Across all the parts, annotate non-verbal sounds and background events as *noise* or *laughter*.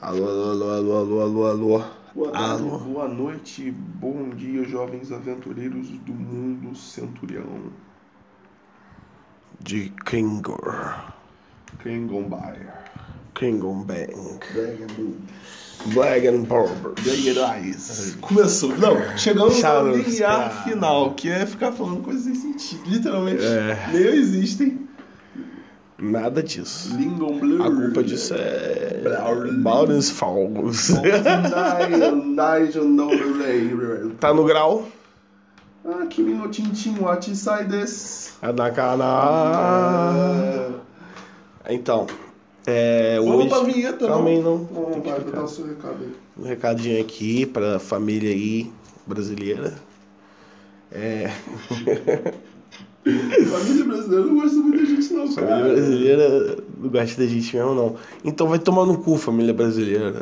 Alô, alô, alô, alô, alô, alô, alô. Boa tarde, Alô. boa noite, bom dia, jovens aventureiros do mundo centurião De Kingor. Klingon Bayer. Kingon Bank. Dragon Ball. Dragon Barber. Dragon Eyes. Começou. Não, chegamos Shoutouts, ao limiar cara. final, que é ficar falando coisas sem sentido. Literalmente, É. nem existem. Nada disso. Lingon Blue. A culpa disso é. Blur. Balden's Fogos. é *laughs* Nigel no Ray. *laughs* tá no grau? Ah, que minutinho, Tim, what inside this? É. É na cana. Então, é. Vamos hoje- pra vinheta, Calma aí, não? não. Vamos, Tem que vai, vai explicar. dar o seu recado aí. um recadinho aqui pra família aí brasileira. É. Família brasileira não gosta muito da gente, não, cara. Família brasileira não gosta da gente mesmo, não. Então vai tomar no cu, família brasileira.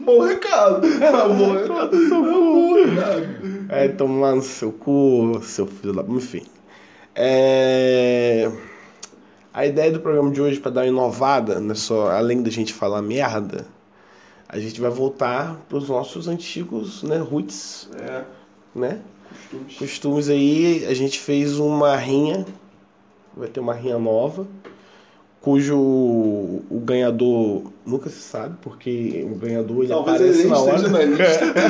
Bom recado. Tá bom recado. Tá bom recado. É, tomar no seu cu, seu filho da. Enfim. É. A ideia do programa de hoje, pra dar uma inovada, né, só, além da gente falar merda, a gente vai voltar pros nossos antigos né, roots, É, né? costumes. costumes aí, a gente fez uma rinha, vai ter uma rinha nova, cujo o ganhador nunca se sabe, porque o ganhador ele Talvez ele aparece nem na esteja hora.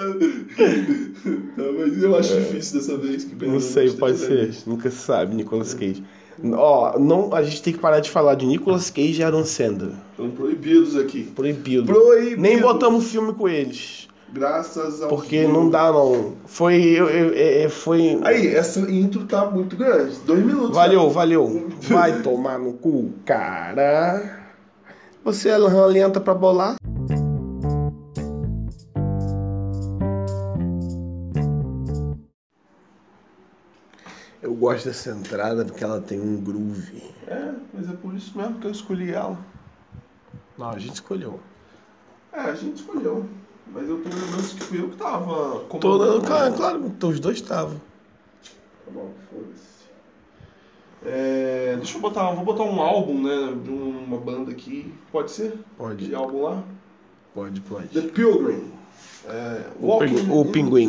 na *laughs* lista. Talvez eu acho difícil dessa vez que É. É. Não sei, pode ser, nunca se sabe, Nicolas Cage. Ó, não, a gente tem que parar de falar de Nicolas Cage e Aaron Sandler. Estão proibidos aqui. Proibido. Proibido. Nem botamos filme com eles, Graças ao. porque não dá não. Foi eu, eu- é- é- foi Aí, essa intro tá muito grande. Dois minutos. né? Valeu, *laughs* valeu. Vai tomar no cu, cara. Você alienta pra bolar? Eu gosto dessa entrada porque ela tem um groove. É, mas é por isso mesmo que eu escolhi ela. Não, a gente escolheu. É, a gente escolheu. Mas eu tenho lembrança que fui eu que tava. comandando. Todo, claro, claro, então os dois estavam. Tá bom, foda-se. É, deixa eu botar, vou botar um álbum, né, de uma banda aqui. Pode ser? Pode, De álbum lá? pode, The pode. Pilgrim. É, O, pin- o in- pinguim.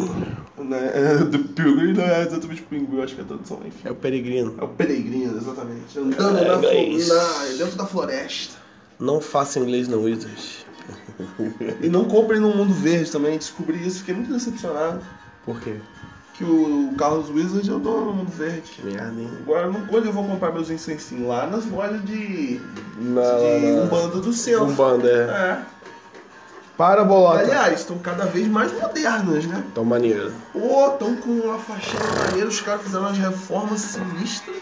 Né, *laughs* The Pilgrim não é exatamente pinguim, eu acho que é a tradução, enfim. É o peregrino. É o peregrino, exatamente. Andando É, na, flo- guys. na- dentro da floresta. Não faça inglês na Wizards. E não comprem no mundo verde também. Descobri isso, fiquei muito decepcionado. Por quê? Que o Carlos Wizard andou no mundo verde. Merda, hein? Agora, não- onde eu vou comprar meus incensinhos? Lá nas lojas de de Não, não, Umbanda do não. centro. Umbanda, é. É. Para, bolota. Aliás, estão cada vez mais modernas, né? Tão maneiro. Pô, estão com uma faxina maneira, os caras fizeram umas reformas sinistras.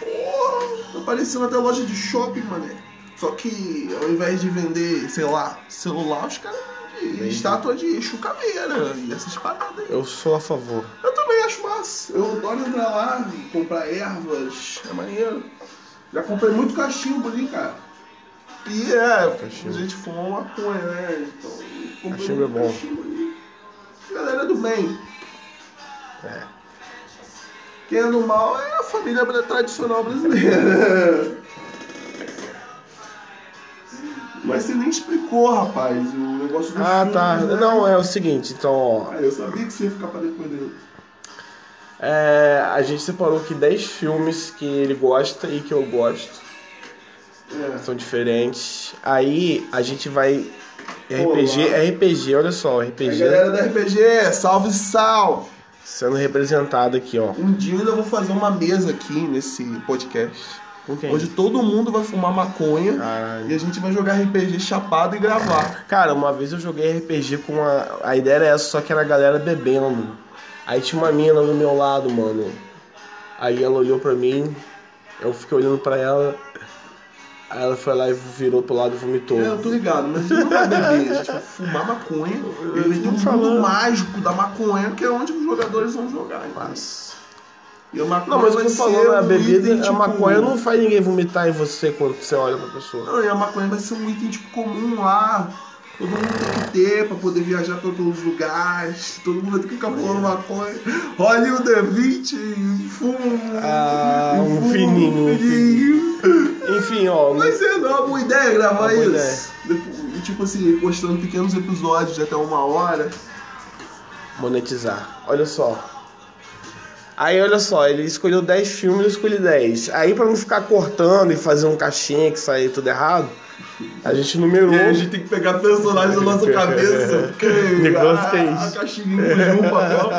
Pô, tá parecendo até loja de shopping, mané. Só que ao invés de vender, sei lá, celular, os caras vendem Vende. estátua de Exu Caveira e essas paradas aí. Eu sou a favor. Eu também acho massa. Eu adoro entrar lá e comprar ervas. É maneiro. Já comprei muito cachimbo ali, cara. E é, Cachimbo. a gente fuma maconha, né? Então, comprei Cachimbo é muito bom. cachimbo ali. Galera do bem. É. Quem é do mal é a família bra- tradicional brasileira. *laughs* Mas você nem explicou, rapaz, o negócio do Ah, filme, tá. né? Não, é o seguinte, então, ó. Ah, eu sabia que você ia ficar pra depois dele. É, a gente separou aqui 10 filmes que ele gosta e que eu gosto. É. São diferentes. Aí a gente vai. Olá. RPG, RPG, olha só, A RPG galera da RPG, salve, salve! sendo representado aqui, ó. Um dia eu ainda vou fazer uma mesa aqui nesse podcast. Com quem? Onde todo mundo vai fumar maconha Caralho. e a gente vai jogar RPG chapado e gravar. Cara, uma vez eu joguei RPG com uma. A ideia era essa, só que era a galera bebendo. Aí tinha uma mina do meu lado, mano. Aí ela olhou pra mim, eu fiquei olhando pra ela. Aí ela foi lá e virou pro lado e vomitou. É, eu tô ligado, mas a gente não vai beber, a gente vai fumar maconha. E a gente tem um mundo falando. mágico da maconha, que é onde os jogadores vão jogar. entendeu? Mas- E a maconha Não, mas eu vai tô ser falando, né? a um bebida, item, a tipo- maconha não faz ninguém vomitar em você quando você olha pra pessoa. Não, e a maconha vai ser um item tipo comum lá. Todo mundo tem que ter pra poder viajar pra todos os lugares. Todo mundo vai ter que ficar fumando maconha. é Olha o D20 e fumo. Ah, e um fumo, fininho, um fininho. Enfim, ó. Mas é, não, é uma boa ideia gravar Uma boa isso. Depo- Tipo assim, postando pequenos episódios de até uma hora. Monetizar. Olha só. Aí, olha só, ele escolheu 10 filmes, eu escolhi 10. Aí, pra não ficar cortando e fazer um caixinha que sair tudo errado, a gente um, numerou. E aí a gente tem que pegar personagens da nossa cabeça. *laughs* porque, Nicolas ah, Cage. A caixinha incluiu um papel.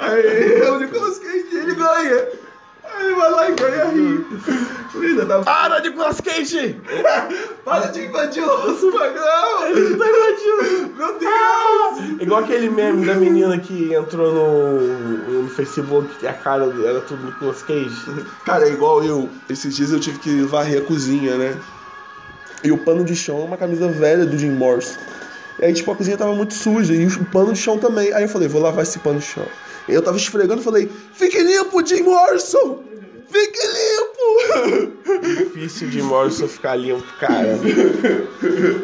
Aí *laughs* o Nicolas Cage, ele ganha. Aí ele vai lá e ganha rico. Linda, tá... Para, Nicolas Cage! Para de invadir o nosso vagão. Ele tá invadindo! Meu Deus. Igual aquele meme da menina que entrou no, no Facebook e a cara era tudo Nicolas Cage. Cara, é igual eu. Esses dias eu tive que varrer a cozinha, né? E o pano de chão é uma camisa velha do Jim Morrison. E aí, tipo, a cozinha tava muito suja e o pano de chão também. Aí eu falei, vou lavar esse pano de chão. E eu tava esfregando e falei, fique limpo, Jim Morrison! Fique limpo! Difícil de Morrison ficar limpo, cara.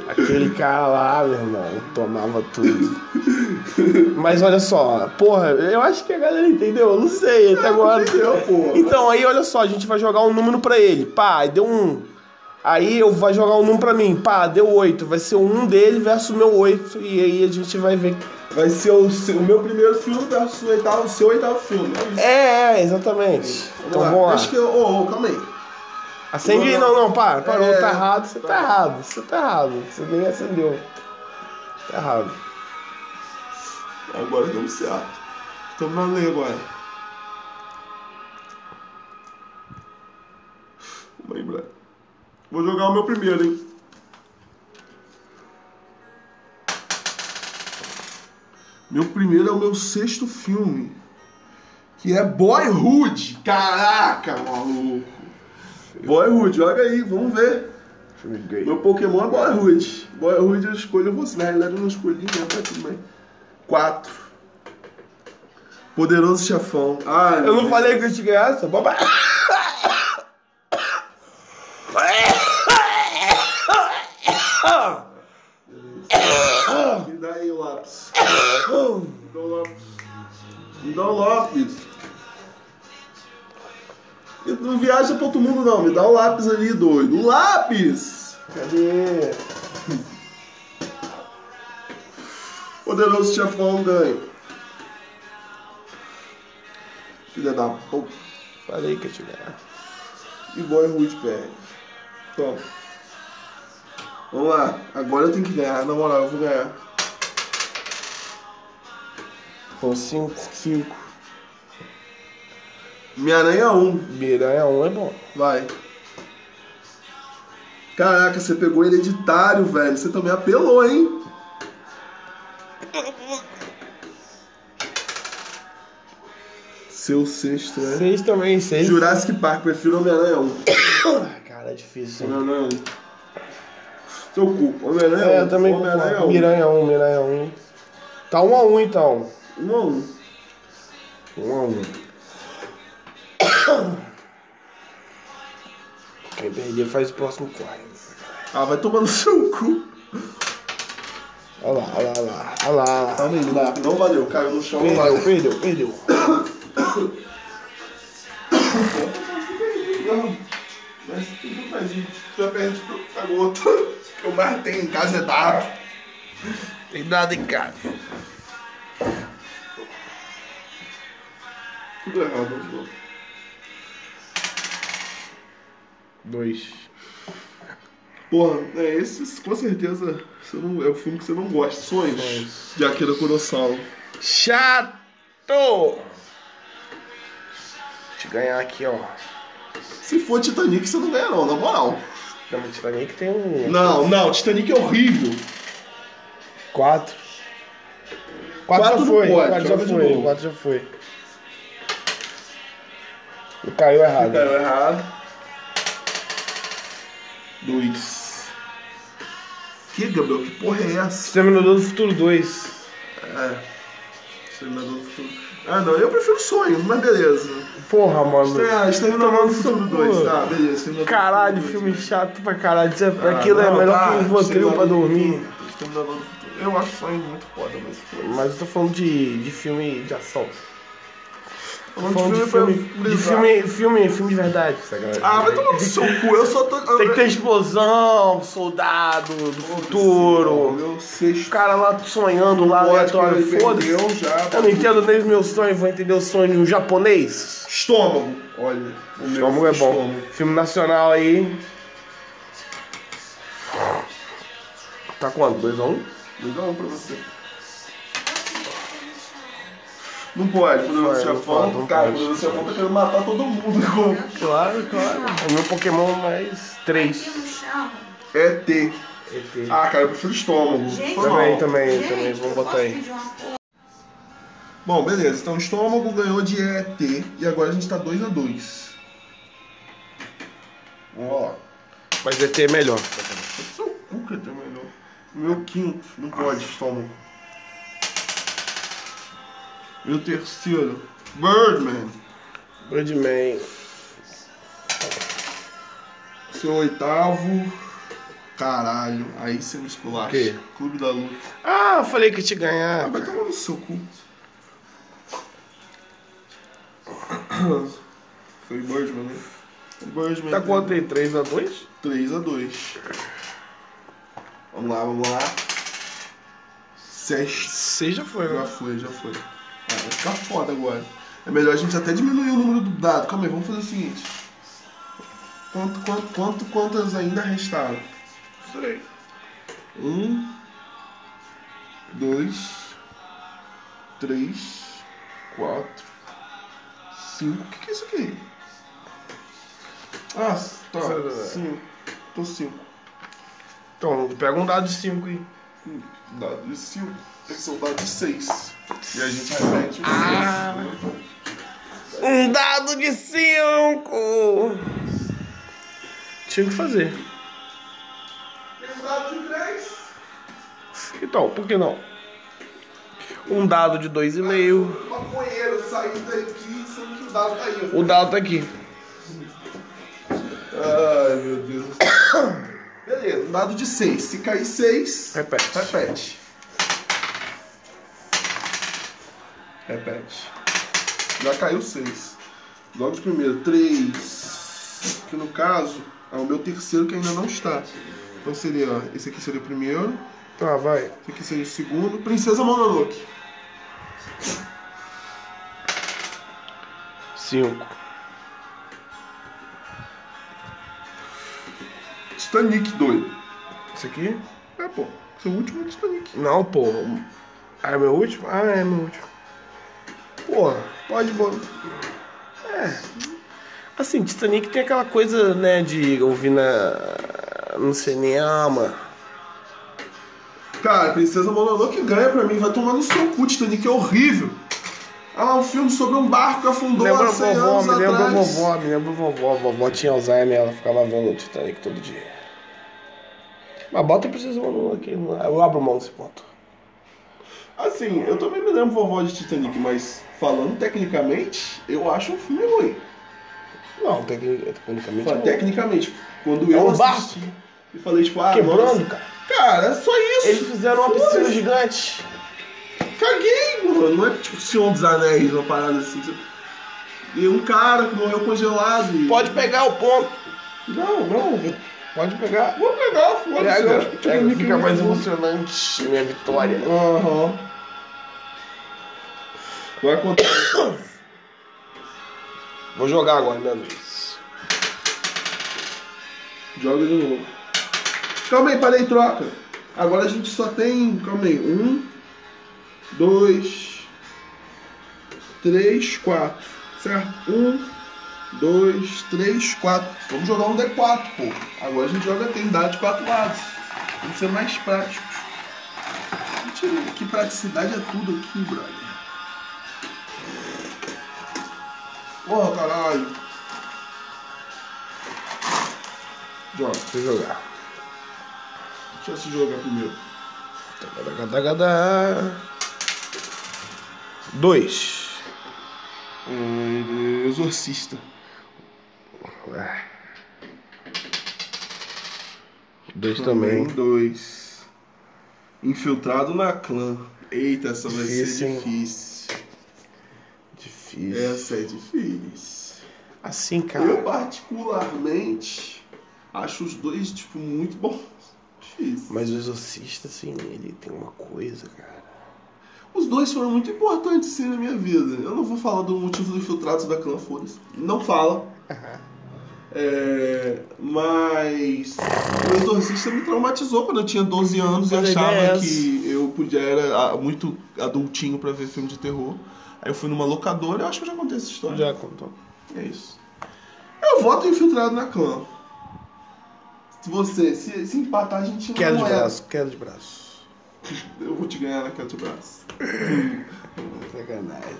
Aquele cara lá, meu irmão, tomava tudo. Mas olha só, porra, eu acho que a galera entendeu, eu não sei, até agora. entendeu, porra. Então, aí olha só, a gente vai jogar um número pra ele, pá, aí deu um. Aí eu vou jogar um número pra mim, pá, deu oito. Vai ser um dele versus o meu oito, e aí a gente vai ver Vai ser o, seu- o meu primeiro filme versus o oitavo, o seu oitavo filme. É isso. É, é, exatamente. Então vamos lá. Acho que eu. Ô, ô, calma aí. Acende aí, não, não, para, parou, É, tá errado, você tá tá. errado, você tá errado, você nem acendeu. Tá errado. Agora deu certo. Então, Tô mandando aí agora. Vai, Brad. Vou jogar o meu primeiro, hein? Meu primeiro é o meu sexto filme. Que é Boyhood. Caraca, maluco. Boyhood, olha aí, vamos ver. Filme gay. Meu Pokémon é Boyhood. Boyhood eu escolho você. Na realidade eu não escolhi nenhum, mas tudo bem. 4. Poderoso Chefão. Ai, Eu não meu falei que eu te ganhasse, é boba. Deus. Me dá aí o lápis. Me dá o lápis. Me dá um o lápis. E Não viaja pra outro mundo não. Me dá o lápis ali, doido. O lápis! Cadê? Poderoso Chefão ganha. Filha da puta. Falei que eu te ganhasse. e Boyhood perde. Toma. Vamos lá. Agora eu tenho que ganhar. Na moral, eu vou ganhar. Com 5, 5. Minha aranha 1. Miranha 1 é bom. Vai. Caraca, você pegou hereditário, velho. Você também apelou, hein? Seu sexto, né? 6 também, 6. Jurassic Park, prefiro Homem-Aranha 1. Cara, é difícil. hein? Homem-Aranha 1. Seu cu. Homem-Aranha 1. É, eu também. é Homem-Aranha 1. Miranha 1, Miranha 1. Tá 1 a 1 então. 1 a 1. 1 a 1. *coughs* Quem perder faz o próximo quarto. Ah, vai tomar no seu cu. Olha lá, olha lá, olha lá. Calma aí, Olha lá. Tá né? não valeu, caiu no chão, não valeu. Perdeu, perdeu, perdeu. Mas tudo é pra gente, já perde pro cagoto. *laughs* O que eu mais tenho em casa é dado. Tem nada em casa. Tudo errado, vamos lá. Dois. Porra, é esse, com certeza, você não, é o filme que você não gosta. Sonhos, Sonhos. de Akira Kurosawa. Chato! Te ganhar aqui, ó. Se for Titanic, você não ganha não, na moral. Não, mas pra mim que tem um. Não, não, Titanic é horrível. Quatro. Quatro, Quatro já não foi, pode, quatro joga já de foi, novo. quatro já foi. E Caiu errado. Caiu errado. Dois. Que, Gabriel? Que porra é essa? Exterminador do Futuro 2. É. Exterminador do Futuro. Ah, não, eu prefiro sonho, mas beleza. Porra, mano. Exterminador- Exterminador do Futuro Pô. 2, tá, beleza. Exterminador do Caralho, Futuro filme chato pra caralho. Isso é- dois. Ah, Aquilo é não, melhor tá, que um Rivotril pra Exterminador do dormir. Futuro. Exterminador do Futuro. Eu acho sonho muito foda, mas. Mas eu tô falando de, de filme de ação. O Tô nome falando do de filme, filme, de foi Brisar. filme, filme, filme de é verdade. sacanagem. Ah, vai tomar no seu cu, eu só tô. Tem que ter explosão, soldado do futuro. Meu Os sexto caras lá sonhando lá aleatório, foda-se. Eu já. Eu não entendo nem os meus sonhos, vou entender os sonhos de um japonês. Estômago. Olha, o meu Estômago é bom. Filme nacional aí. Tá quanto? 2x1? Me dá um pra você. Não pode, quando Não você pode, já não fala, pode, cara, não quando pode. você fala, tá querendo matar todo mundo. *laughs* como- Claro, claro. O meu Pokémon mais 3. É T. Ah, Ah, cara, eu prefiro estômago. Gente, Foi Também, mal. também, também. Vamos botar aí. Bom, beleza. Então, estômago ganhou de ET. E agora a gente tá 2x2. Ó. Mas ET é melhor. Seu cu que é teu melhor. Meu quinto. Ah. Não pode, estômago. Meu terceiro. Birdman. Birdman. Seu oitavo. Caralho, aí você me esculacha. O quê? Clube da Luta. Ah, eu falei que ia te Ah, ganhar. vai tomar no seu cu. *coughs* Foi Birdman, né? Birdman. Tá quanto aí? 3x2? 3x2. Vamos lá, vamos lá. Sexto. Você já foi, Já né? foi, já foi. Ah, vai ficar foda agora. É melhor a gente até diminuir o número do dado. Calma aí, vamos fazer o seguinte. Quanto, quanto, quanto, quantas ainda restaram? Sei. Um, dois, três, quatro, cinco. O que, que é isso aqui? Ah, tá. Cinco. Tô cinco. Então, pega um dado 5 aí. Hum, Dado de cinco. Tem que ser um dado de seis. Ah. E a gente repete o seis. Um dado de 5! Tinha que fazer. Tem um dado de três. Então, por que não? Um dado de 2,5. Maconheiro saindo daqui, sendo que o dado caiu. O dado tá aqui. Ai, meu Deus. do céu. *coughs* Beleza, um dado de 6. Se cair 6, Repete. repete. Repete. Já caiu 6. Logo de primeiro, 3. Que no caso é o meu terceiro que ainda não está. Então seria, ó, esse aqui seria o primeiro, Tá, vai. esse aqui seria o segundo. Princesa Mononoke. 5. Titanic, doido. Isso aqui? É, pô. Seu último é Titanic. Não, pô. Ah, é meu último? Ah, é meu último. Pô, Pode, mano. assim, Titanic tem aquela coisa, né, de ouvir na... no cinema. Cara, Tá, Princesa Mononoke ganha pra mim, vai tomar no seu cu, Titanic, é horrível. Ah lá, um filme sobre um barco que afundou Lembra há a 100 vovó, anos me lembra a atrás. vovó, me lembra a vovó. A vovó tinha Alzheimer, ela ficava vendo o Titanic todo dia. Mas bota precisa manual aqui, eu abro mão desse ponto. Assim, eu também me lembro vovó de Titanic, mas falando tecnicamente, eu acho um filme ruim. Não, tecni- tecnicamente. Fala, não. tecnicamente, quando É eu um barco. assisti e falei, tipo, ah, Quebrando, nossa, cara. cara, é só isso. Eles fizeram uma piscina Foda-se. gigante. Caguei, mano. Não é tipo Senhor dos Anéis, uma parada assim. E um cara que morreu congelado. e- Pode pegar o ponto. Não, não. Pode pegar. Vou pegar, foda-se. eu acho Pega, pega, que Titanic é fica mais muito bom. emocionante minha vitória. né? Aham. Vai acontecer. Vou jogar agora, né, meu Deus. Joga de novo. Calma aí, parei, troca. Agora a gente só tem. Calma aí. Um, dois, três, quatro. Certo? Um, dois, três, quatro. Vamos jogar um D4, pô. Agora a gente joga tem dado de quatro lados. Vamos ser mais práticos. Mentira, que praticidade é tudo aqui, brother. Porra, caralho. Joga. Vou jogar. Deixa eu se jogar primeiro. Tagadagadagada. Dois. É, exorcista. Ah. Dois Também também. dois. Infiltrado na clã. Eita, essa vai Difícil, ser hein? difícil. difícil. Essa é difícil. Assim, cara. Eu, particularmente, acho os dois, tipo, muito bons. Difícil. Mas o Exorcista, assim, ele tem uma coisa, cara. Os dois foram muito importantes, sim, na minha vida. Eu não vou falar do motivo do infiltrado da clã, foda-se. Não fala. *laughs* É, mas o Exorcista me traumatizou quando eu tinha 12 anos e Mas a achava ideia é essa. que eu podia era ah, muito adultinho pra ver filme de terror. Aí eu fui numa locadora, eu acho que eu já contei essa história. Já contou. É isso. Eu voto infiltrado na clã. Se você, se, se empatar, a gente Queda de não é. braço, queda de braço. Eu vou te ganhar na queda de braço. Sacanagem.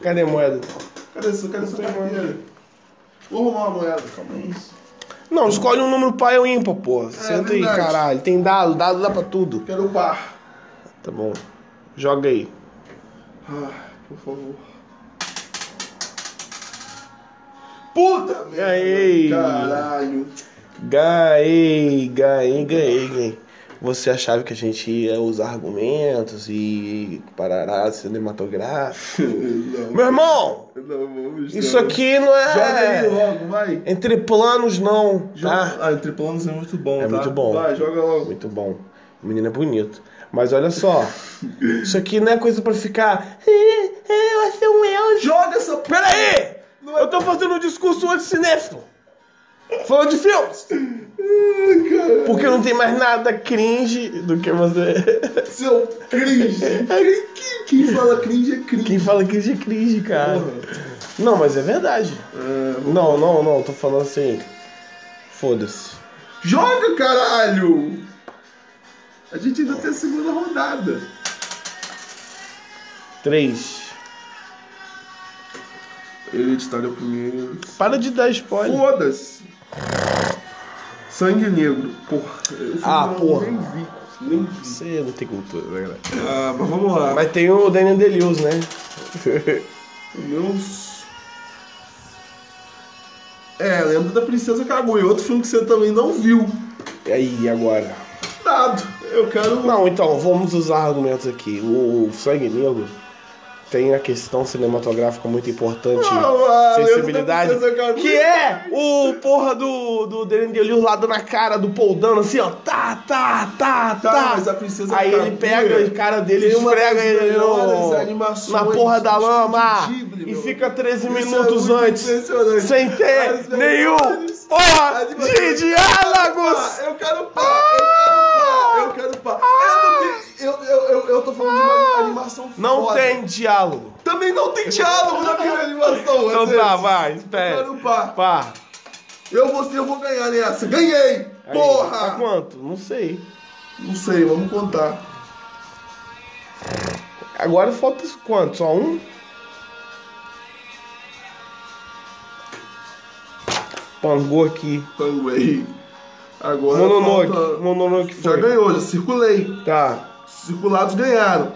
Cadê a moeda? então? Cadê sua, cadê sua Não tem carteira? Vou arrumar uma moeda, calma aí. Não, escolhe um número pai ou ímpar, pô. Senta aí, verdade. caralho. Tem dado, dado dá pra tudo. Quero o par. Tá bom. Joga aí. Ah, por favor. Puta merda! Aí. Caralho! Ganhei, ganhei, ganhei, ganhei. Você achava que a gente ia usar argumentos e parará cinematográfico. Não, Meu irmão, *laughs* não vamos. isso não. aqui não Joga aí é. logo, vai! Entre planos, não. Tá? Joga... Ah, entre planos é muito bom, É tá? muito bom. Vai, joga logo. Muito bom. O menino é bonito. Mas olha só. Isso aqui não é coisa pra ficar. "Ih, Eu achei um eljo. *laughs* Joga essa p. Peraí! é Eu tô fazendo um discurso anti-cinéfilo. Falando de filmes. Caralho! Porque não tem mais nada cringe do que você. Seu É cringe! Quem- Quem fala cringe é cringe. Quem fala cringe é cringe, cara. Porra. Não, mas é verdade. Ah, vou- Não, não, não. Tô falando assim. Foda-se. Joga, caralho! A gente ainda tem a segunda rodada. Três. Hereditário é primeiro. Para de dar spoiler. Foda-se. Sangue Negro. Porra. Eu Ah, não- porra. Nem vi. Nem vi. Você não tem cultura, né, galera? Ah, mas vamos lá. Mas tem o Daniel Delius, né? Meus... É, Lenda da Princesa Kaguya. Outro filme que você também não viu. E aí, agora? Dado. Eu quero... Não, então, vamos usar argumentos aqui. O, o Sangue Negro tem a questão cinematográfica muito importante. Ah, a Lenda da sensibilidade. Princesa Kaguya. Que é o porra do, do Daniel Delius lá dando a cara do Paul Dano, assim, ó. Tá, tá, tá, Tá, tá. mas a Princesa Aí ele Kaguya pega a cara dele, tem uma esfrega das ele no, melhores animações na porra da lama indiscutível, e meu. fica 13 Isso é minutos muito antes impressionante. sem ter As nenhum melhores porra animações. de diálogos. Ah, eu quero pá! Eu quero pá! É Eu, não vi- eu, eu, eu, eu tô falando de uma animação Ah! Não é foda. tem diálogo. Também não tem diálogo naquela animação. é Então Azevedo. tá, vai, Eu espera. quero pá. Pá. Eu vou, eu vou ganhar nessa. Ganhei! Aí, Tá Porra! quanto? Não sei. Não sei, vamos contar. Agora falta quanto? Só um? Pangou aqui. Panguei. Agora Mononoke. falta- Mononoke Já foi. ganhou, já circulei. Tá. Circulados ganharam.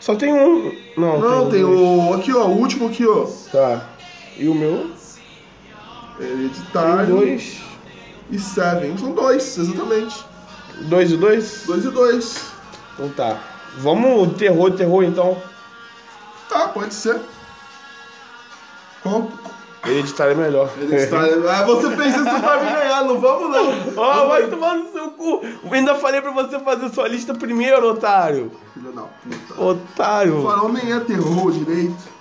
Só tem um. Não, Não, tem um. dois. o... Aqui, ó. O último aqui, ó. Tá. E o meu? Tem Hereditário. dois. E Seven. São dois, exatamente. Dois e dois? Dois e dois. Então tá. Vamos terror, terror então. Tá, pode ser. Qual? Hereditário é melhor. Hereditário. *laughs* ah, você fez isso pra me ganhar, não vamos *laughs* não. Ó, Ah, vai tomar no seu cu. Eu ainda falei pra você fazer sua lista primeiro, otário. Filha da puta. O Otário. farol nem é terror direito.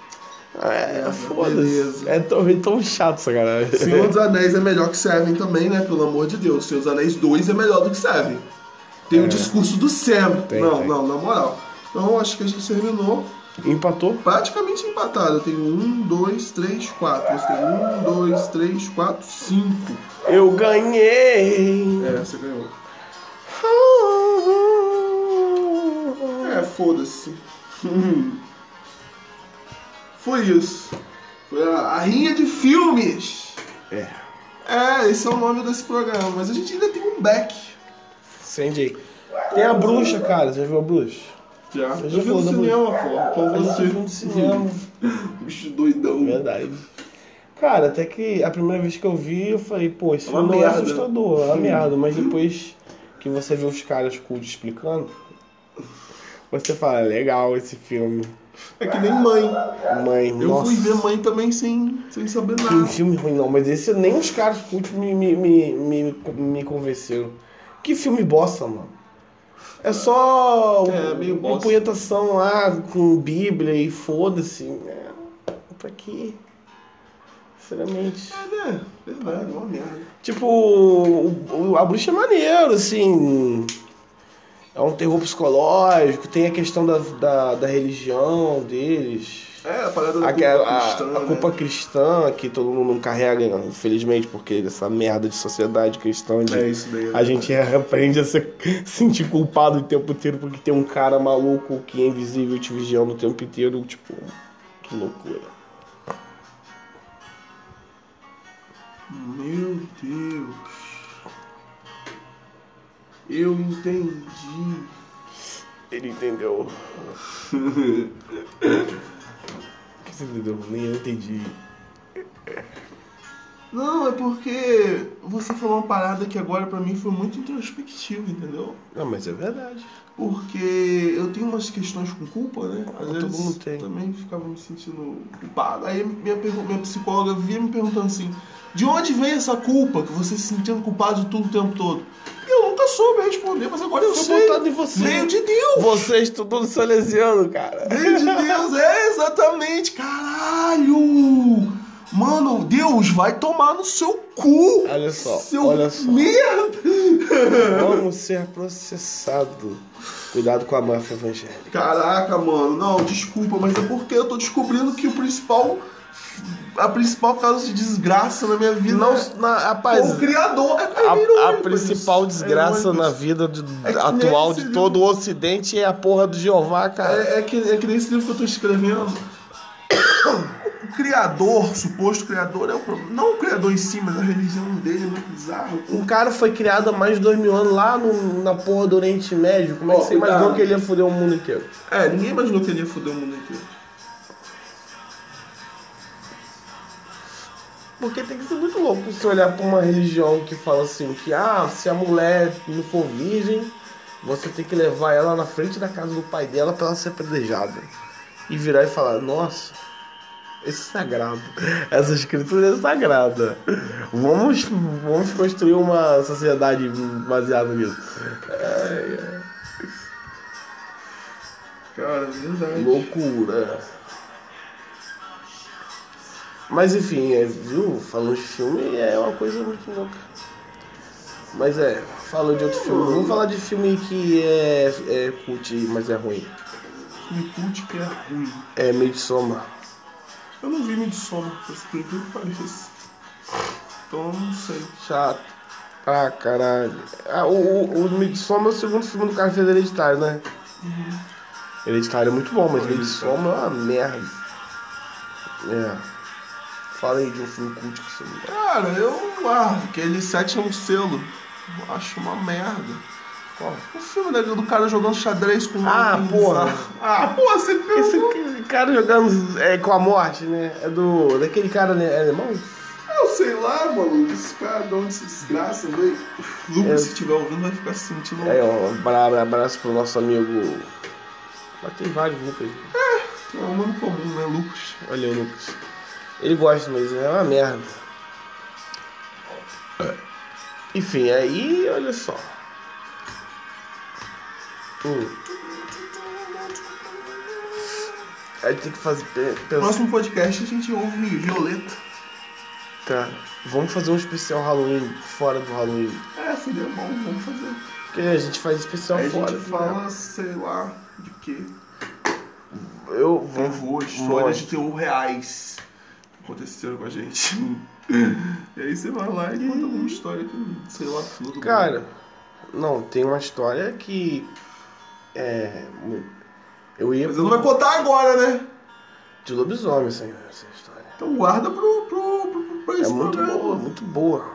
É, foda-se. beleza. É tão, é tão chato essa galera. Senhor dos Anéis é melhor que Seven também, né? Pelo amor de Deus. Senhor dos Anéis 2 é melhor do que Seven. Tem o discurso do Sam. É. Tem, não, tem. não, na moral. Então acho que a gente terminou *laughs* Empatou? praticamente empatado. Eu tenho um, dois, três, quatro. Você tem um, dois, três, quatro, cinco. Eu ganhei. É, você ganhou. É, foda-se. *laughs* Hum. Foi isso. Foi a, a rinha de filmes. É. É, esse é o nome desse programa. Mas a gente ainda tem um back. Acende aí. Tem a bruxa, cara. Já viu a bruxa? Já. Eu Eu já vi no falei da cinema, pô. Com você. é um Eu vi no cinema. Bicho doidão. Verdade. Cara, até que a primeira vez que eu vi, eu falei, pô, esse É filme uma não é merda. assustador, é uma merda. Mas depois que você vê os caras cult explicando, você fala, "É legal esse filme. É que nem mãe. Mãe, Eu nossa. fui ver mãe também sem, sem saber Que um nada. filme ruim não, mas esse nem os caras cultos me, me, me, me, me convenceram. Que filme bosta, mano. É só É, meio uma bosta. punhetação lá com Bíblia e foda-se. É, pra quê? Sinceramente. É, né? Verdade, uma merda. Tipo, o- o- a bruxa é maneiro, assim. É um terror psicológico, tem a questão da, da, da religião deles. É, a parada da A, culpa a- cristã, né? a culpa né? cristã que todo mundo carrega, infelizmente, porque essa merda de sociedade cristã onde né? É isso daí. a gente aprende a se *laughs* sentir culpado o tempo inteiro porque tem um cara maluco que é invisível te vigiando o tempo inteiro, tipo, que loucura. Meu Deus. *laughs* Eu entendi. Ele entendeu. O que você entendeu? Nem eu entendi. Não, é porque você falou uma parada que agora pra mim foi muito introspectiva, entendeu? Não, mas é verdade. Porque eu tenho umas questões com culpa, né? Às Todo vezes mundo tem. também ficava me sentindo culpado. Aí minha, pergu- minha psicóloga vinha me perguntando assim: de onde vem essa culpa que você se sentindo culpado de tudo o tempo todo? E eu nunca soube responder, mas agora eu Foi sei. botado em você. Veio de Deus! Você estudou no Salesiano, cara. Veio de Deus, é exatamente, caralho! Mano, Deus vai tomar no seu cu! Olha só, seu olha só. Merda! *laughs* Vamos ser processado. Cuidado com a máfia evangélica. Caraca, mano, não, desculpa, mas é porque eu tô descobrindo que o principal. A principal causa de desgraça na minha vida Não, é na, rapaz, o Criador. É, é a, a irônico principal isso, é desgraça irônico na isso. vida de- É que atual nesse de livro- todo o Ocidente é a porra do Jeová, cara. É, é que, é que nesse livro que eu tô escrevendo. *coughs* O criador, suposto criador, é o problema. Não o criador em si, mas a religião dele é muito bizarro. Um cara foi criado há mais de dois mil anos lá no- na porra do Oriente Médio. Como é que Ó, você imaginou cuidado. que ele ia foder o mundo inteiro? É, ninguém imaginou que ele ia foder o mundo inteiro. Porque tem que ser muito louco você olhar pra uma religião que fala assim, que ah, se a mulher não for virgem, você tem que levar ela na frente da casa do pai dela pra ela ser predejada. E virar e falar, nossa, esse é sagrado, essa escritura é sagrada. Vamos, vamos construir uma sociedade baseada nisso. Ai, ai, Cara, é verdade. loucura. Mas enfim, é, viu? Falando de filme é uma coisa muito louca. Mas é, falou de outro filme. Vamos falar de filme que é, é cult, mas é ruim. Me curte que é ruim. É Midsommar. Eu não vi Midsommar, mas por incrível que pareça. Então eu não sei. Chato. Ah, caralho. Ah, o, o, o Midsommar é o segundo filme do cara que fez Hereditário, né? Hereditário é muito bom, mas Midsommar é uma merda. É. Fala aí de um filme cult que você não gosta. Cara, eu. Ah, aquele sétimo selo. Eu Acho uma merda. Qual? O filme da- do cara jogando xadrez com Ah, um- porra. Ah, porra, você Esse pensou? cara jogando é, com a morte, né? É do. daquele cara né? é alemão? Ah, Eu sei lá, maluco. Esse cara de onde se desgraça, velho. É. Lucas, se estiver ouvindo, vai ficar assim, tipo, se sentindo. É, ó, abra- abraço pro nosso amigo. Mas tem vários Lucas. É um nome comum, né, Lucas? Olha o Lucas. Ele gosta, mas é uma merda. Enfim, aí, olha só. Hum. Aí tem que fazer. pe- No Pensar. próximo podcast a gente ouve Violeta. Cara, Tá, vamos fazer um especial Halloween fora do Halloween. É, seria bom, vamos fazer. Porque a gente faz especial Aí a Tá fora. né? gente fala, sei lá, de quê? Eu vou. Terror, Morte. histórias de terror reais que aconteceram com a *laughs* gente. e aí você vai lá e conta alguma história que, sei lá, tudo né? bom. Cara, não, tem uma história que. É. mu- Eu ia. Mas eu não vai contar agora, né? De lobisomem essa, essa história. Então guarda pro, pro, pro, pro- pra É esse muito programa. boa, muito boa.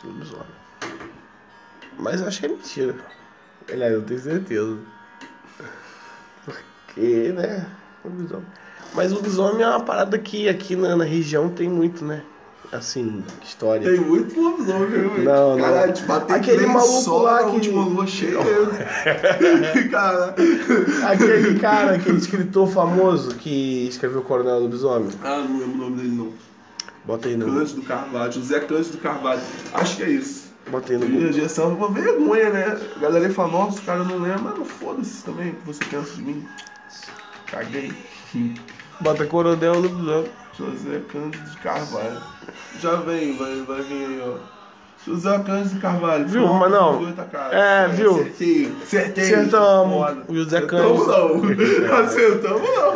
De lobisomem. Mas eu acho que é mentira. Aliás, eu tenho certeza. Porque, né? Lobisomem. Mas lobisomem é uma parada que aqui na, na região tem muito, né? assim, história. Tem muito lobisomem, realmente. Não, não. Caralho, te bater Aquele que nem maluco sol lá na que- última *laughs* lua cheia. Cara. Aquele cara, aquele escritor famoso que escreveu Coronel Lobisomem. Ah, não lembro o nome dele, não. Bota aí no, Cândido Carvalho, José Cândido Carvalho. Acho que é isso. bota aí no Google. Primeira gestão, uma vergonha, né? A galera aí fala, nossa, o cara não lembra, mas não foda-se também o que você pensa de mim. Caguei. *laughs* Bota Coronel Lobisomem. José Cândido de Carvalho. Já vem, vai, vai vir aí, ó. José Cândido de Carvalho. Viu, mas não. É, viu? Acertei, acertei. Acertamos. Foda. O José Acertamos não. *laughs* Acertamos não.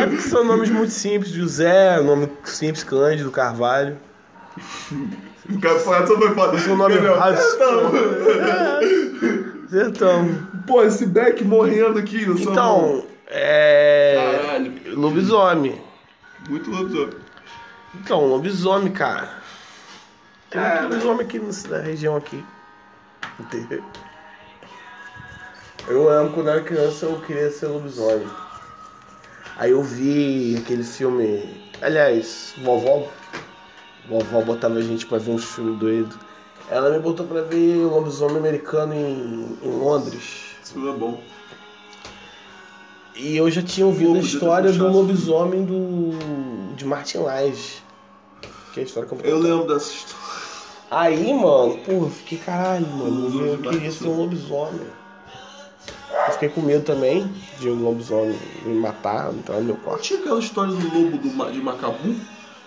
É porque são nomes muito simples. José, nome simples, Cândido, Carvalho. O cara só foi foda. Seu é nome Entendeu? raso. Acertamos. Acertamos. Pô, esse Beck morrendo aqui na sua mão. Então, é. Caralho. Lobisomem. Muito lobisomem. Então, lobisomem, cara. Tem É, muito né? lobisomem aqui nessa na região aqui. Entendeu? Eu lembro quando eu era criança eu queria ser lobisomem. Aí eu vi aquele filme. Aliás, vovó. Vovó botava a gente pra ver uns filmes doidos. Ela me botou pra ver lobisomem americano em, em Londres. Isso não é bom. E eu já tinha ouvido Pô, a podia ter história do puxado. lobisomem do. de Martin Lage. Que é a história que Eu lembro dessa história. Aí, mano, pô, eu fiquei caralho, mano. Eu Lobisomem queria bate ser um lobisomem. Eu fiquei com medo também de um lobisomem me matar, entrar no meu Não quarto. tinha aquela história do lobo do Ma- de Macabu?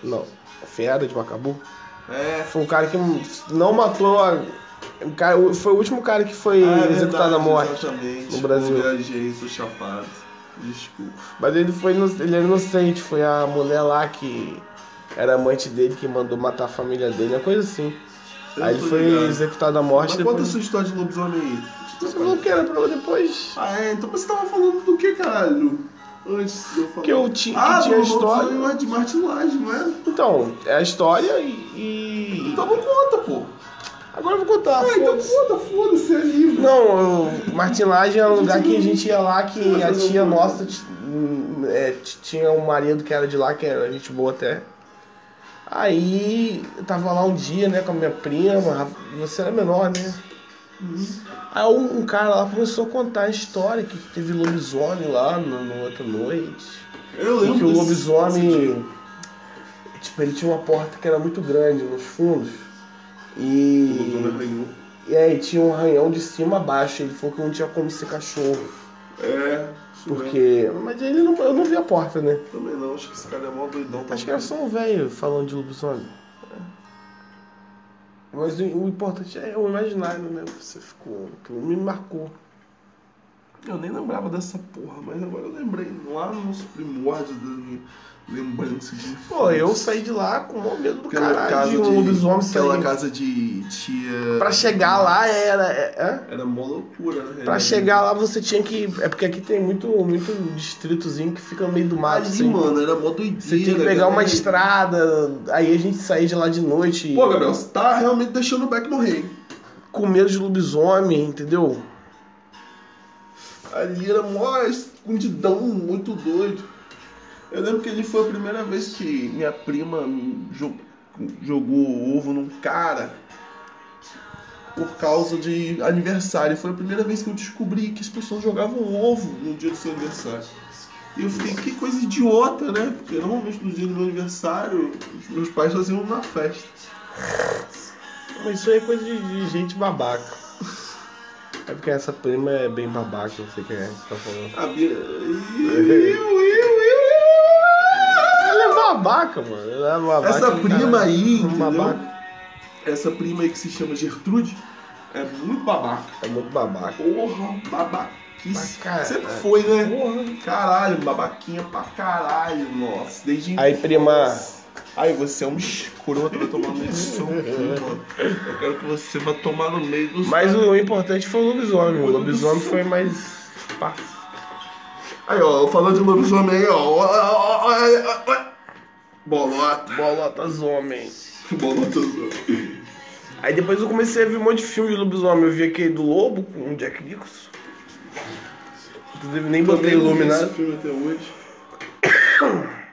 Não. A Fera de Macabu. É. Foi um cara que não matou a. um cara- foi o último cara que foi Ah, é executado à verdade, morte. Exatamente. no Brasil. Eu viajei, sou chapado. Desculpa. Mas ele foi ino- ele era inocente, foi a mulher lá que era amante dele que mandou matar a família dele, uma coisa assim. Eu aí ele tô foi ligado. executado à morte Mas conta a depois. sua história de lobisomem aí. Você falou que era pra depois. Ah, é? Então você tava falando do que, caralho? Antes de eu falar. Que eu ti- que ah, tinha do a história. lobisomem de Martin Lage, não é? Então, é a história e. e- Então não conta, pô. Agora eu vou contar. Ah, então foda-se. conta, foda-se, é livre. Não, eu, Martilagem era um lugar que a gente ia lá que a tia nossa t- hum, é, t- tinha um marido que era de lá, que era gente boa até. Aí eu tava lá um dia, né, com a minha prima, você era menor, né? Aí um, um cara lá começou a contar a história que teve lobisomem lá no, no outra noite. Eu E lembro que o desse- um lobisomem. Tipo, ele tinha uma porta que era muito grande nos fundos. E. O lobisomem arranhou. E aí tinha um arranhão de cima a baixo. Ele falou que não tinha como ser cachorro. É. isso mesmo. Porque. Mas ele não, eu não vi a porta, né? Também não, acho que esse cara é mó doidão. Acho que era só um velho falando de lobisomem. Mas o, o importante é o imaginário, né? Você ficou. Aquilo me marcou. é Eu nem lembrava dessa porra, mas agora eu lembrei lá nos primórdios da minha lembrança de. Pô, eu infância. saí de lá com o maior medo do Aquela caralho casa de um lobisomem Aquela sair. casa de tia. Pra chegar lá era. é- hã? Era mó loucura, né? Pra Era- chegar lá você tinha que. É porque aqui tem muito, muito distritozinho que fica no meio do mato. Ali, assim. mano, tá era mó doideira. Você tinha que pegar galera. uma estrada, aí a gente saía de lá de noite Pô, Gabriel, você tá realmente deixando o Beck morrer, hein? com medo de lobisomem, entendeu? Ali era mó escondidão, muito doido. Eu lembro que ele foi a primeira vez que minha prima jo- jogou ovo num cara por causa de aniversário. Foi a primeira vez que eu descobri que as pessoas jogavam ovo no dia do seu aniversário. E eu fiquei, que coisa idiota, né? Porque normalmente no dia do meu aniversário, os meus pais faziam uma festa. Mas isso aí é coisa de, de gente babaca. É porque essa prima é bem babaca, não sei quem é que tá falando. A Bia... Iu, iu, iu, iu. Ela é babaca, mano. Ela é babaca. Essa do prima caralho. aí, Uma entendeu? Babaca. Essa prima aí que se chama Gertrude é muito babaca. É muito babaca. Porra, Mas, babaquice. cara, Sempre foi, né? Porra. Caralho, babaquinha pra caralho, nossa. Desde Aí, prima. Ai, você é um escroto, vai tomar no meio do seu cu, mano. Eu quero que você vá tomar no meio do Mas seu- o importante foi o lobisomem. O lobisomem foi mais. pá. Aí, ó, falando de lobisomem aí, ó. Ó, ó, ó, ó, ó, ó. Bolota. *laughs* Bolotas homem. Bolota. Aí depois eu comecei a ver um monte de filme de lobisomem. Eu vi aquele do Lobo com o Jack Nicholson. Inclusive nem botei Também não vi esse iluminado. filme até hoje. *coughs*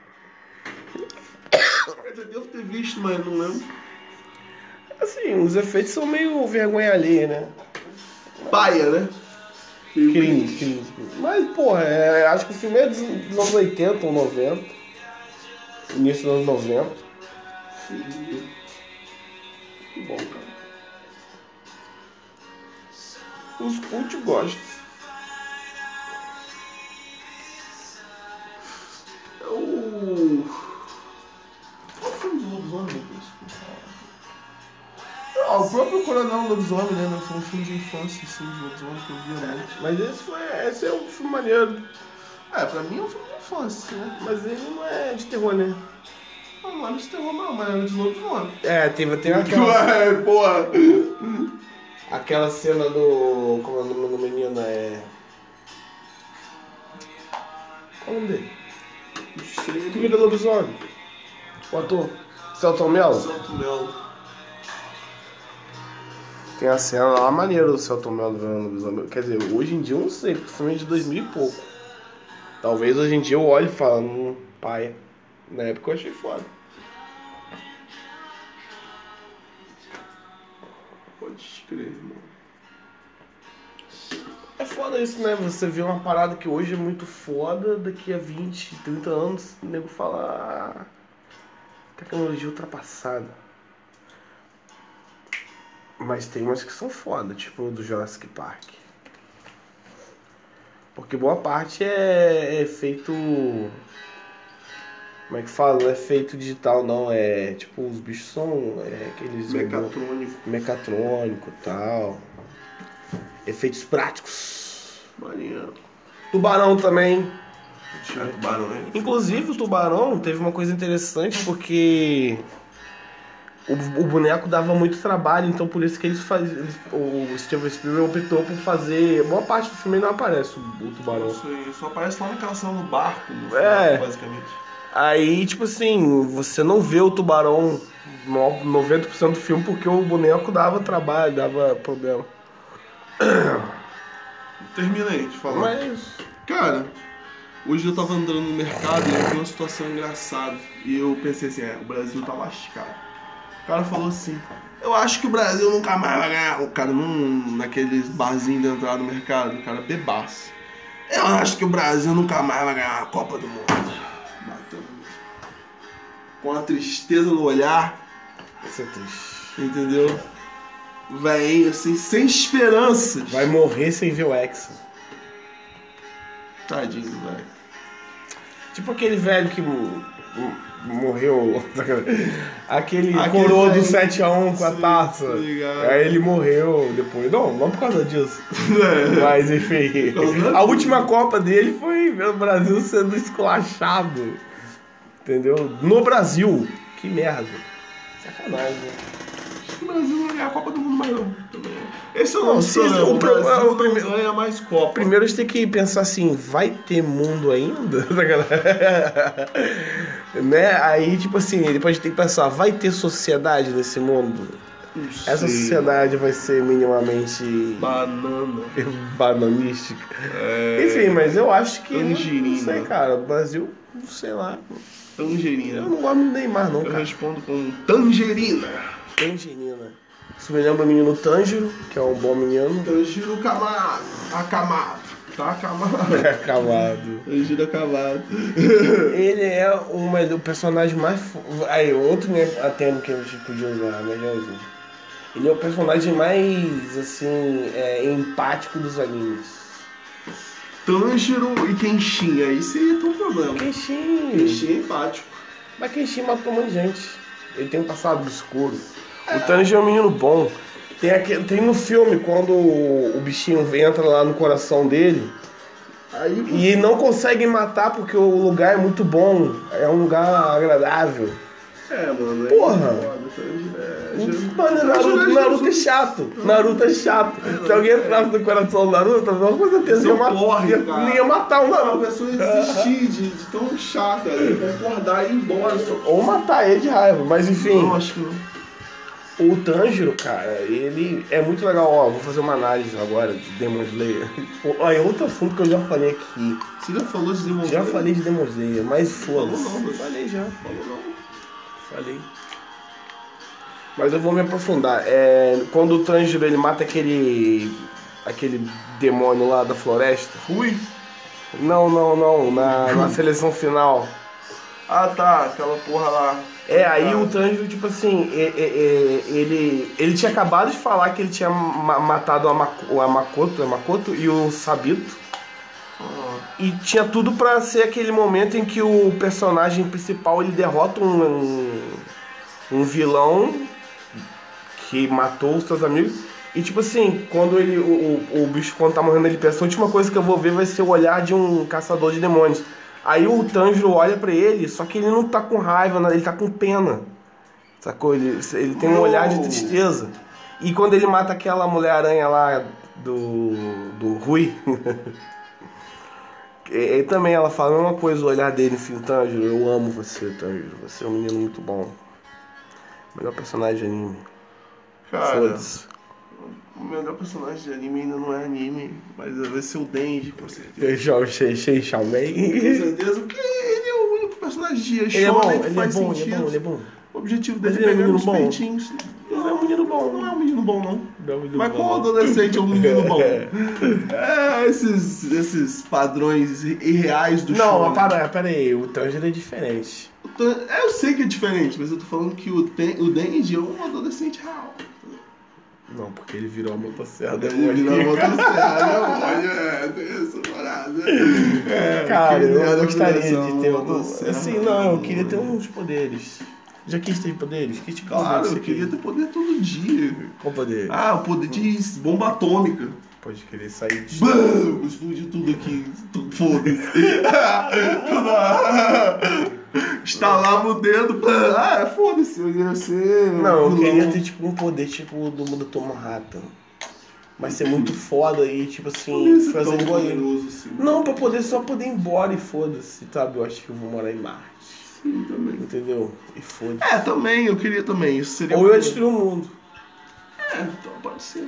Eu já devo ter visto, mas não lembro. Assim, os efeitos são meio vergonha alheia, né? Paia, né? E o Cringe, cringe. Mas, porra, é, acho que o filme é dos, dos anos 80 ou 90. Início dos anos 90. Que bom, cara. Os cult gostam. É o. Qual o filme do Lobisomem, meu Deus? Ah, o próprio Coronel Lobisomem, né? Foi um filme de infância, assim, de lobisomem que eu via muito. Mas esse foi. Esse é um filme maneiro. É, pra mim é um filme de infância, né? Mas ele não é de terror, né? Não, não era de terror, não, mas era de lobisomem. É, teve, *laughs* teve aquela, *laughs* Ué, porra! aquela cena do. Como é o nome do menino? É. Qual é o nome dele? Que vira lobisomem. O ator. Celton Mello. Santo Melo. Tem a cena lá maneira do Celton Mello virando lobisomem. Quer dizer, hoje em dia eu não sei, porque o filme é de 2000 e pouco. Talvez hoje em dia eu olhe e fale, hum, paia. Na época eu achei foda. Pode crer, irmão. É foda isso, né? Você vê uma parada que hoje é muito foda, daqui a 20, 30 anos, o nego fala. "Ah, Tecnologia ultrapassada. Mas tem umas que são foda, tipo do Jurassic Park. Porque boa parte é, é feito. Como é que fala? Não é feito digital, não. É tipo, os bichos são. É, aqueles Mecatrônico. mecatrônico e tal. Efeitos práticos. Marinheiro. Tubarão também. Tinha tubarão, né? Inclusive o tubarão teve uma coisa interessante porque o, o boneco dava muito trabalho, então por isso que eles faz, eles- o Steven Spielberg optou por fazer. Boa parte do filme não aparece o, o tubarão. Isso aí, só aparece lá naquela cena do barco, no É. final, basicamente. Aí, tipo assim, você não vê o tubarão no- 90% do filme porque o boneco dava trabalho, dava problema. Termina aí de falar. Mas. Cara, hoje eu tava andando no mercado e eu vi uma situação engraçada. E eu pensei assim, é, o Brasil tá lascado. O cara falou assim, eu acho que o Brasil nunca mais vai ganhar. O cara num, naqueles barzinhos de entrada no mercado, o cara bebaço. Eu acho que o Brasil nunca mais vai ganhar a Copa do Mundo. Batendo. Com a tristeza no olhar, Isso é triste. entendeu? Véi, assim, sem esperanças. Vai morrer sem ver o Hexa. Tadinho, velho. Tipo aquele velho que mo- mo- morreu. *laughs* Aquele, Aquele coroa do velho- 7x1 com a Sim, taça. É tô ligado. Aí ele morreu depois. Não, não por causa disso. *laughs* Mas enfim. A última Copa dele foi ver o Brasil sendo esculachado. Entendeu? No Brasil. Que merda. Sacanagem, né? O Brasil não ganha a Copa do Mundo mais não. Esse é o Não, nosso se esse- problema. o O problema- Brasil o primeiro- não ganha mais Copa. Primeiro a gente tem que pensar assim, vai ter mundo ainda? *laughs* Sacanagem. né? Aí, tipo assim, depois a gente tem que pensar, vai ter sociedade nesse mundo? Essa Sim. sociedade vai ser minimamente Banana. bananística? É... Enfim, mas eu acho que. Tangerina. Não sei, cara. O Brasil, não sei lá. Eu Tangerina. não gosto do Neymar, não, Eu cara. respondo com tangerina. Tangerina. Isso me lembra o menino Tanjiro, que é um bom *laughs* menino. Tangiro camado. Acamado. Tá É. acamado. Acabado. Tangiro *laughs* acamado. Ele é uma, o personagem mais. fo- Aí, outro né, a termo que a gente podia usar, mas já usou. Ele é o personagem mais, assim, é, empático dos animes. Tanjiro e Kenshin. Aí seria tão problema. Kenshin. Kenshin é empático. Mas Kenshin matou um monte de gente. Ele tem um passado obscuro. O Tanji é um menino bom. Tem, aque- tem no filme quando o o bichinho entra lá no coração dele Aí e não consegue matar porque o lugar é muito bom, é um lugar agradável. É, mano. é Porra. foda. Tanjiro é- Mano, Naruto, Naruto é chato. Naruto é chato. Se alguém entrasse no coração do Naruto, eu com certeza ia é. Não matar, morre, ia, cara. ia matar o A Naruto. pessoa desistir de, de tão chata, de concordar e ir embora. Só... Ou matar ele de raiva. Mas enfim, Não, acho que não. o Tanjiro, cara, ele é muito legal. Ó, vou fazer uma análise agora de Demon Slayer. Olha, é outro assunto que eu já falei aqui. Você já falou de desenvolver? Já falei de Demon Slayer, mas Falou não, foda-se. mas- Falei já, Falou não. falei. Mas eu vou me aprofundar. É, quando o Tanjiro ele mata aquele. aquele demônio lá da floresta. Rui? Não, não, não. Na, *laughs* na seleção final. Ah tá, aquela porra lá. É, aí o Tanjiro, tipo assim, é- é- é- ele, ele tinha acabado de falar que ele tinha ma- matado a, Mako, a Makoto, é Makoto e o Sabito. Ah, E tinha tudo pra ser aquele momento em que o personagem principal ele derrota um, um, um vilão que matou os seus amigos. E tipo assim, quando ele o, o, o bicho quando tá morrendo, ele pensa, a última coisa que eu vou ver vai ser o olhar de um caçador de demônios. Aí o Tanjiro olha pra ele, só que ele não tá com raiva, né? ele tá com pena. Sacou? Ele, ele tem um Não. olhar de tristeza. E quando ele mata aquela mulher-aranha lá do. do Rui. *laughs* E, e também ela fala a mesma coisa, o olhar dele assim, Tanjiro, eu amo você, Tanjiro. Você é um menino muito bom. Melhor personagem de anime. cara, Foda-se. o melhor personagem de anime ainda não é anime, mas vai ser o Denji, com certeza. Eu já achei Shei Com Ele certeza, porque ele é o único personagem de é bom, shonen que *laughs* ele é faz bom, ele é sentido. bom, ele é bom. O objetivo dele Mas é ele é pegar menino nos bom? peitinhos. Ele é um menino bom. Não é um menino bom, não. Mas qual quando- adolescente é um menino bom? É, esses, esses padrões i- irreais do Não, shonen. mas para, pera aí, o Tanjiro é diferente. O Tan- é, Eu sei que é diferente, mas eu tô falando que o, Ten, o Denji é um adolescente real. Não, porque ele virou a motosserra Ele demoníaca. não *laughs* é pode, é, tem essa parada. É, Cara, aquele eu nerd gostaria adolescente de ter é um um. adolescente. Assim, não, eu queria ter uns poderes. Já quis ter poderes? Que tipo de Claro, poder você eu queria queria? ter poder todo dia. Qual poder? Ah, o poder de bomba atômica. Pode querer sair de. Bum! Explodiu tudo aqui. Tu- *laughs* Foda-se. Estalava o dedo. bum! Ah, é foda-se. Eu ia ser. Não, eu vilão. queria ter tipo um poder tipo do mundo Toma Rata. Mas ser muito foda e tipo Não ia assim, ser fazer tão igual. poderoso assim. Não, pra poder só poder ir embora e foda-se, sabe? Eu acho que eu vou morar em Marte. Sim, também. Entendeu? E foda-se. É, também, eu queria também. Isso seria. Ou eu ia poder. destruir o mundo. É, então pode ser.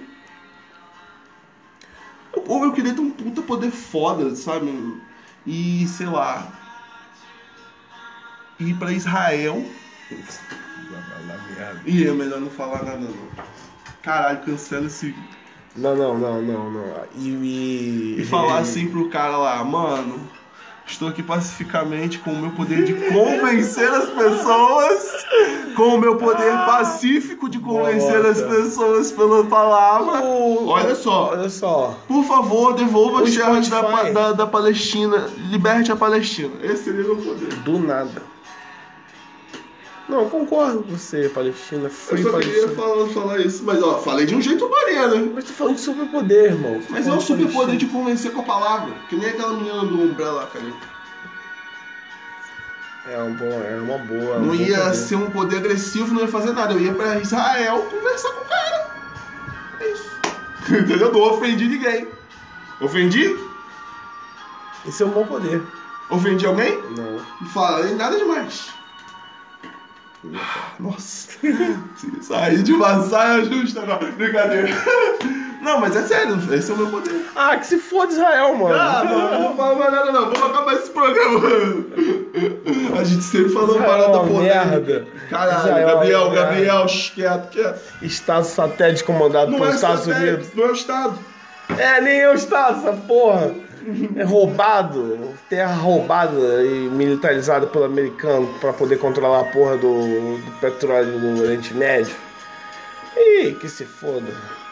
Ou eu queria ter um puta poder foda, sabe? E sei lá. Ir pra Israel. Ih, é melhor não falar nada não. Caralho, cancela esse. Não, não, não, não, não. E. E *laughs* falar assim pro cara lá, mano. Estou aqui pacificamente com o meu poder de convencer as pessoas. Com o meu poder pacífico de convencer as Nossa. pessoas pela palavra. Olha só. Olha só. Por favor, devolva O as terras da, Spotify. da, da Palestina. Liberte a Palestina. Esse seria o meu poder. Do nada. Não, eu concordo com você, Palestina. Eu Free só Palestina. queria falar, falar isso, mas ó, falei de um jeito maneiro, né? Mas tô falando de superpoder, irmão. Tô Mas é falando um de super poder Palestina. de convencer com a palavra. Que nem aquela menina do Umbrella, cara. É um bom, é uma boa. um Não bom ia poder. ser um poder agressivo, não ia fazer nada. Eu ia pra Israel conversar com o cara. É isso. *laughs* Entendeu? Não ofendi ninguém. Ofendi? Esse é um bom poder. Ofendi alguém? Não. Não falei nada demais. Ah, Nossa, *laughs* saí de uma saia justa agora. Brincadeira. *laughs* Não, mas é sério, esse é o meu poder. Ah, que se foda Israel, mano. Ah, mano, não fala mais nada não, vamos acabar esse programa. *laughs* A gente sempre falando *laughs* Israel, é parada uma polêmica. merda. Caralho, Israel, Gabriel, merda. Gabriel, shh, quieto, quieto. Estado satélite comandado Não pelos é Estados satélite, Unidos. não é o Estado. É, nem eu estado, essa porra. É roubado, terra roubada e militarizada pelo americano pra poder controlar a porra do, do petróleo do Oriente Médio. Ih, que se foda.